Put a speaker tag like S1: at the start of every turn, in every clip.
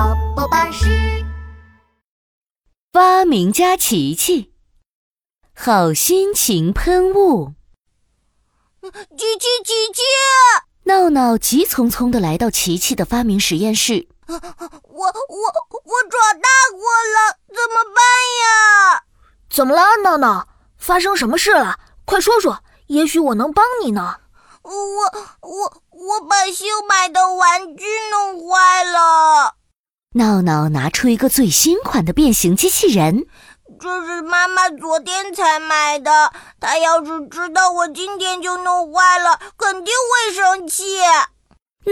S1: 老师，
S2: 发明家琪琪，好心情喷雾。
S1: 琪琪琪琪，
S2: 闹闹急匆匆地来到琪琪的发明实验室，
S1: 我我我长大过了，怎么办呀？
S3: 怎么了，闹闹？发生什么事了？快说说，也许我能帮你呢。
S1: 我我我把新买的玩具弄坏了，
S2: 闹闹拿出一个最新款的变形机器人。
S1: 这是妈妈昨天才买的，她要是知道我今天就弄坏了，肯定会生气。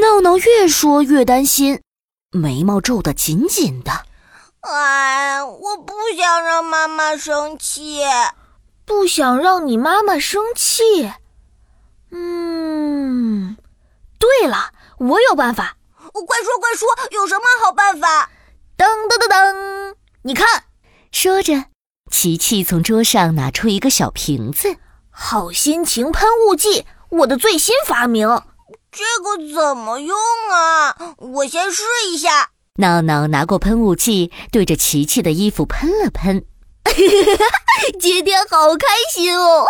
S2: 闹闹越说越担心，眉毛皱得紧紧的。
S1: 哎，我不想让妈妈生气。
S3: 不想让你妈妈生气。嗯，对了，我有办法。
S1: 快说快说，有什么好办法？
S3: 噔噔噔噔，你看，
S2: 说着，琪琪从桌上拿出一个小瓶子，
S3: 好心情喷雾剂，我的最新发明。
S1: 这个怎么用啊？我先试一下。
S2: 闹闹拿过喷雾剂，对着琪琪的衣服喷了喷。
S3: 今天好开心哦！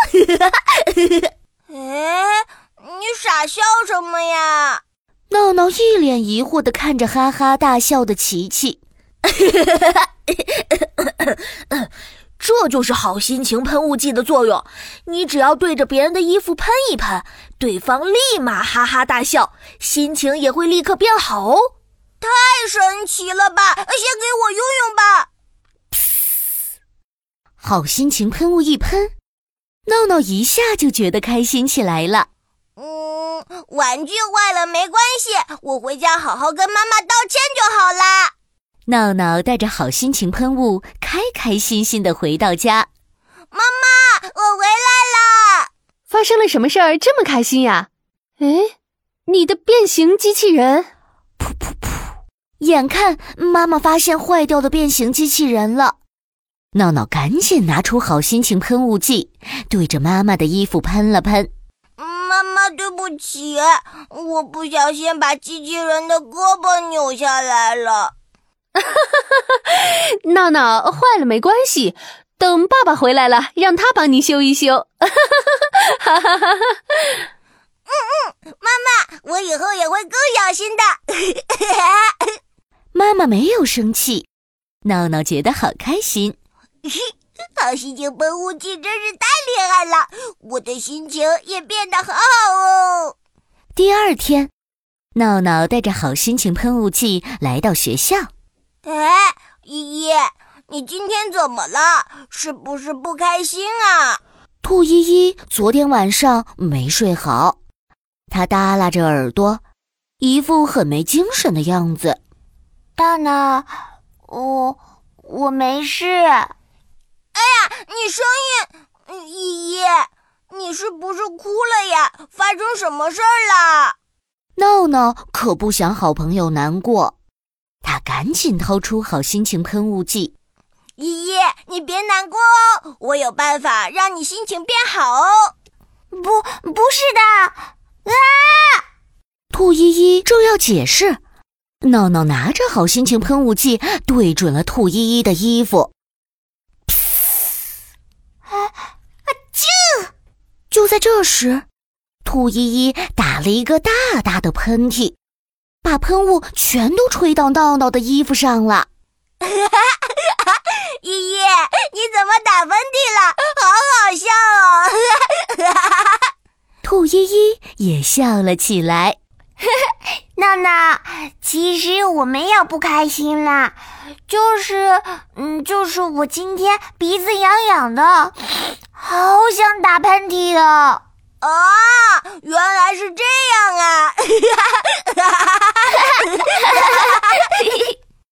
S1: 哎，你傻笑什么呀？
S2: 闹闹一脸疑惑地看着哈哈大笑的琪琪。
S3: 这就是好心情喷雾剂的作用，你只要对着别人的衣服喷一喷，对方立马哈哈大笑，心情也会立刻变好哦。
S1: 太神奇了吧！先给我用用吧。
S2: 好心情喷雾一喷，闹闹一下就觉得开心起来了。
S1: 嗯，玩具坏了没关系，我回家好好跟妈妈道歉就好啦。
S2: 闹闹带着好心情喷雾，开开心心地回到家。
S1: 妈妈，我回来啦！
S4: 发生了什么事儿这么开心呀？哎，你的变形机器人，
S2: 噗噗噗！眼看妈妈发现坏掉的变形机器人了，闹闹赶紧拿出好心情喷雾剂，对着妈妈的衣服喷了喷。
S1: 嗯妈妈，对不起，我不小心把机器人的胳膊扭下来了。
S4: 闹闹坏了没关系，等爸爸回来了，让他帮你修一修。
S1: 妈妈，我以后也会更小心的。
S2: 妈妈没有生气，闹闹觉得好开心。
S1: 好心情喷雾剂真是太厉害了，我的心情也变得好好哦。
S2: 第二天，闹闹带着好心情喷雾剂来到学校。
S1: 哎，依依，你今天怎么了？是不是不开心啊？
S2: 兔依依昨天晚上没睡好，她耷拉着耳朵，一副很没精神的样子。
S5: 大闹，我我没事。
S1: 哎你声音，依依，你是不是哭了呀？发生什么事儿了？
S2: 闹闹可不想好朋友难过，她赶紧掏出好心情喷雾剂。
S1: 依依，你别难过哦，我有办法让你心情变好哦。
S5: 不，不是的，
S2: 兔依依正要解释，闹闹拿着好心情喷雾剂对准了兔依依的衣服。就在这时，兔依依打了一个大大的喷嚏，把喷雾全都吹到闹闹的衣服上了。
S1: 依依，你怎么打喷嚏了？好好笑哦！
S2: 兔依依也笑了起来。
S5: 闹闹，哎其实我没有不开心啦，就是，嗯，就是我今天鼻子痒痒的，好想打喷嚏哦。
S1: 啊，原来是这样啊！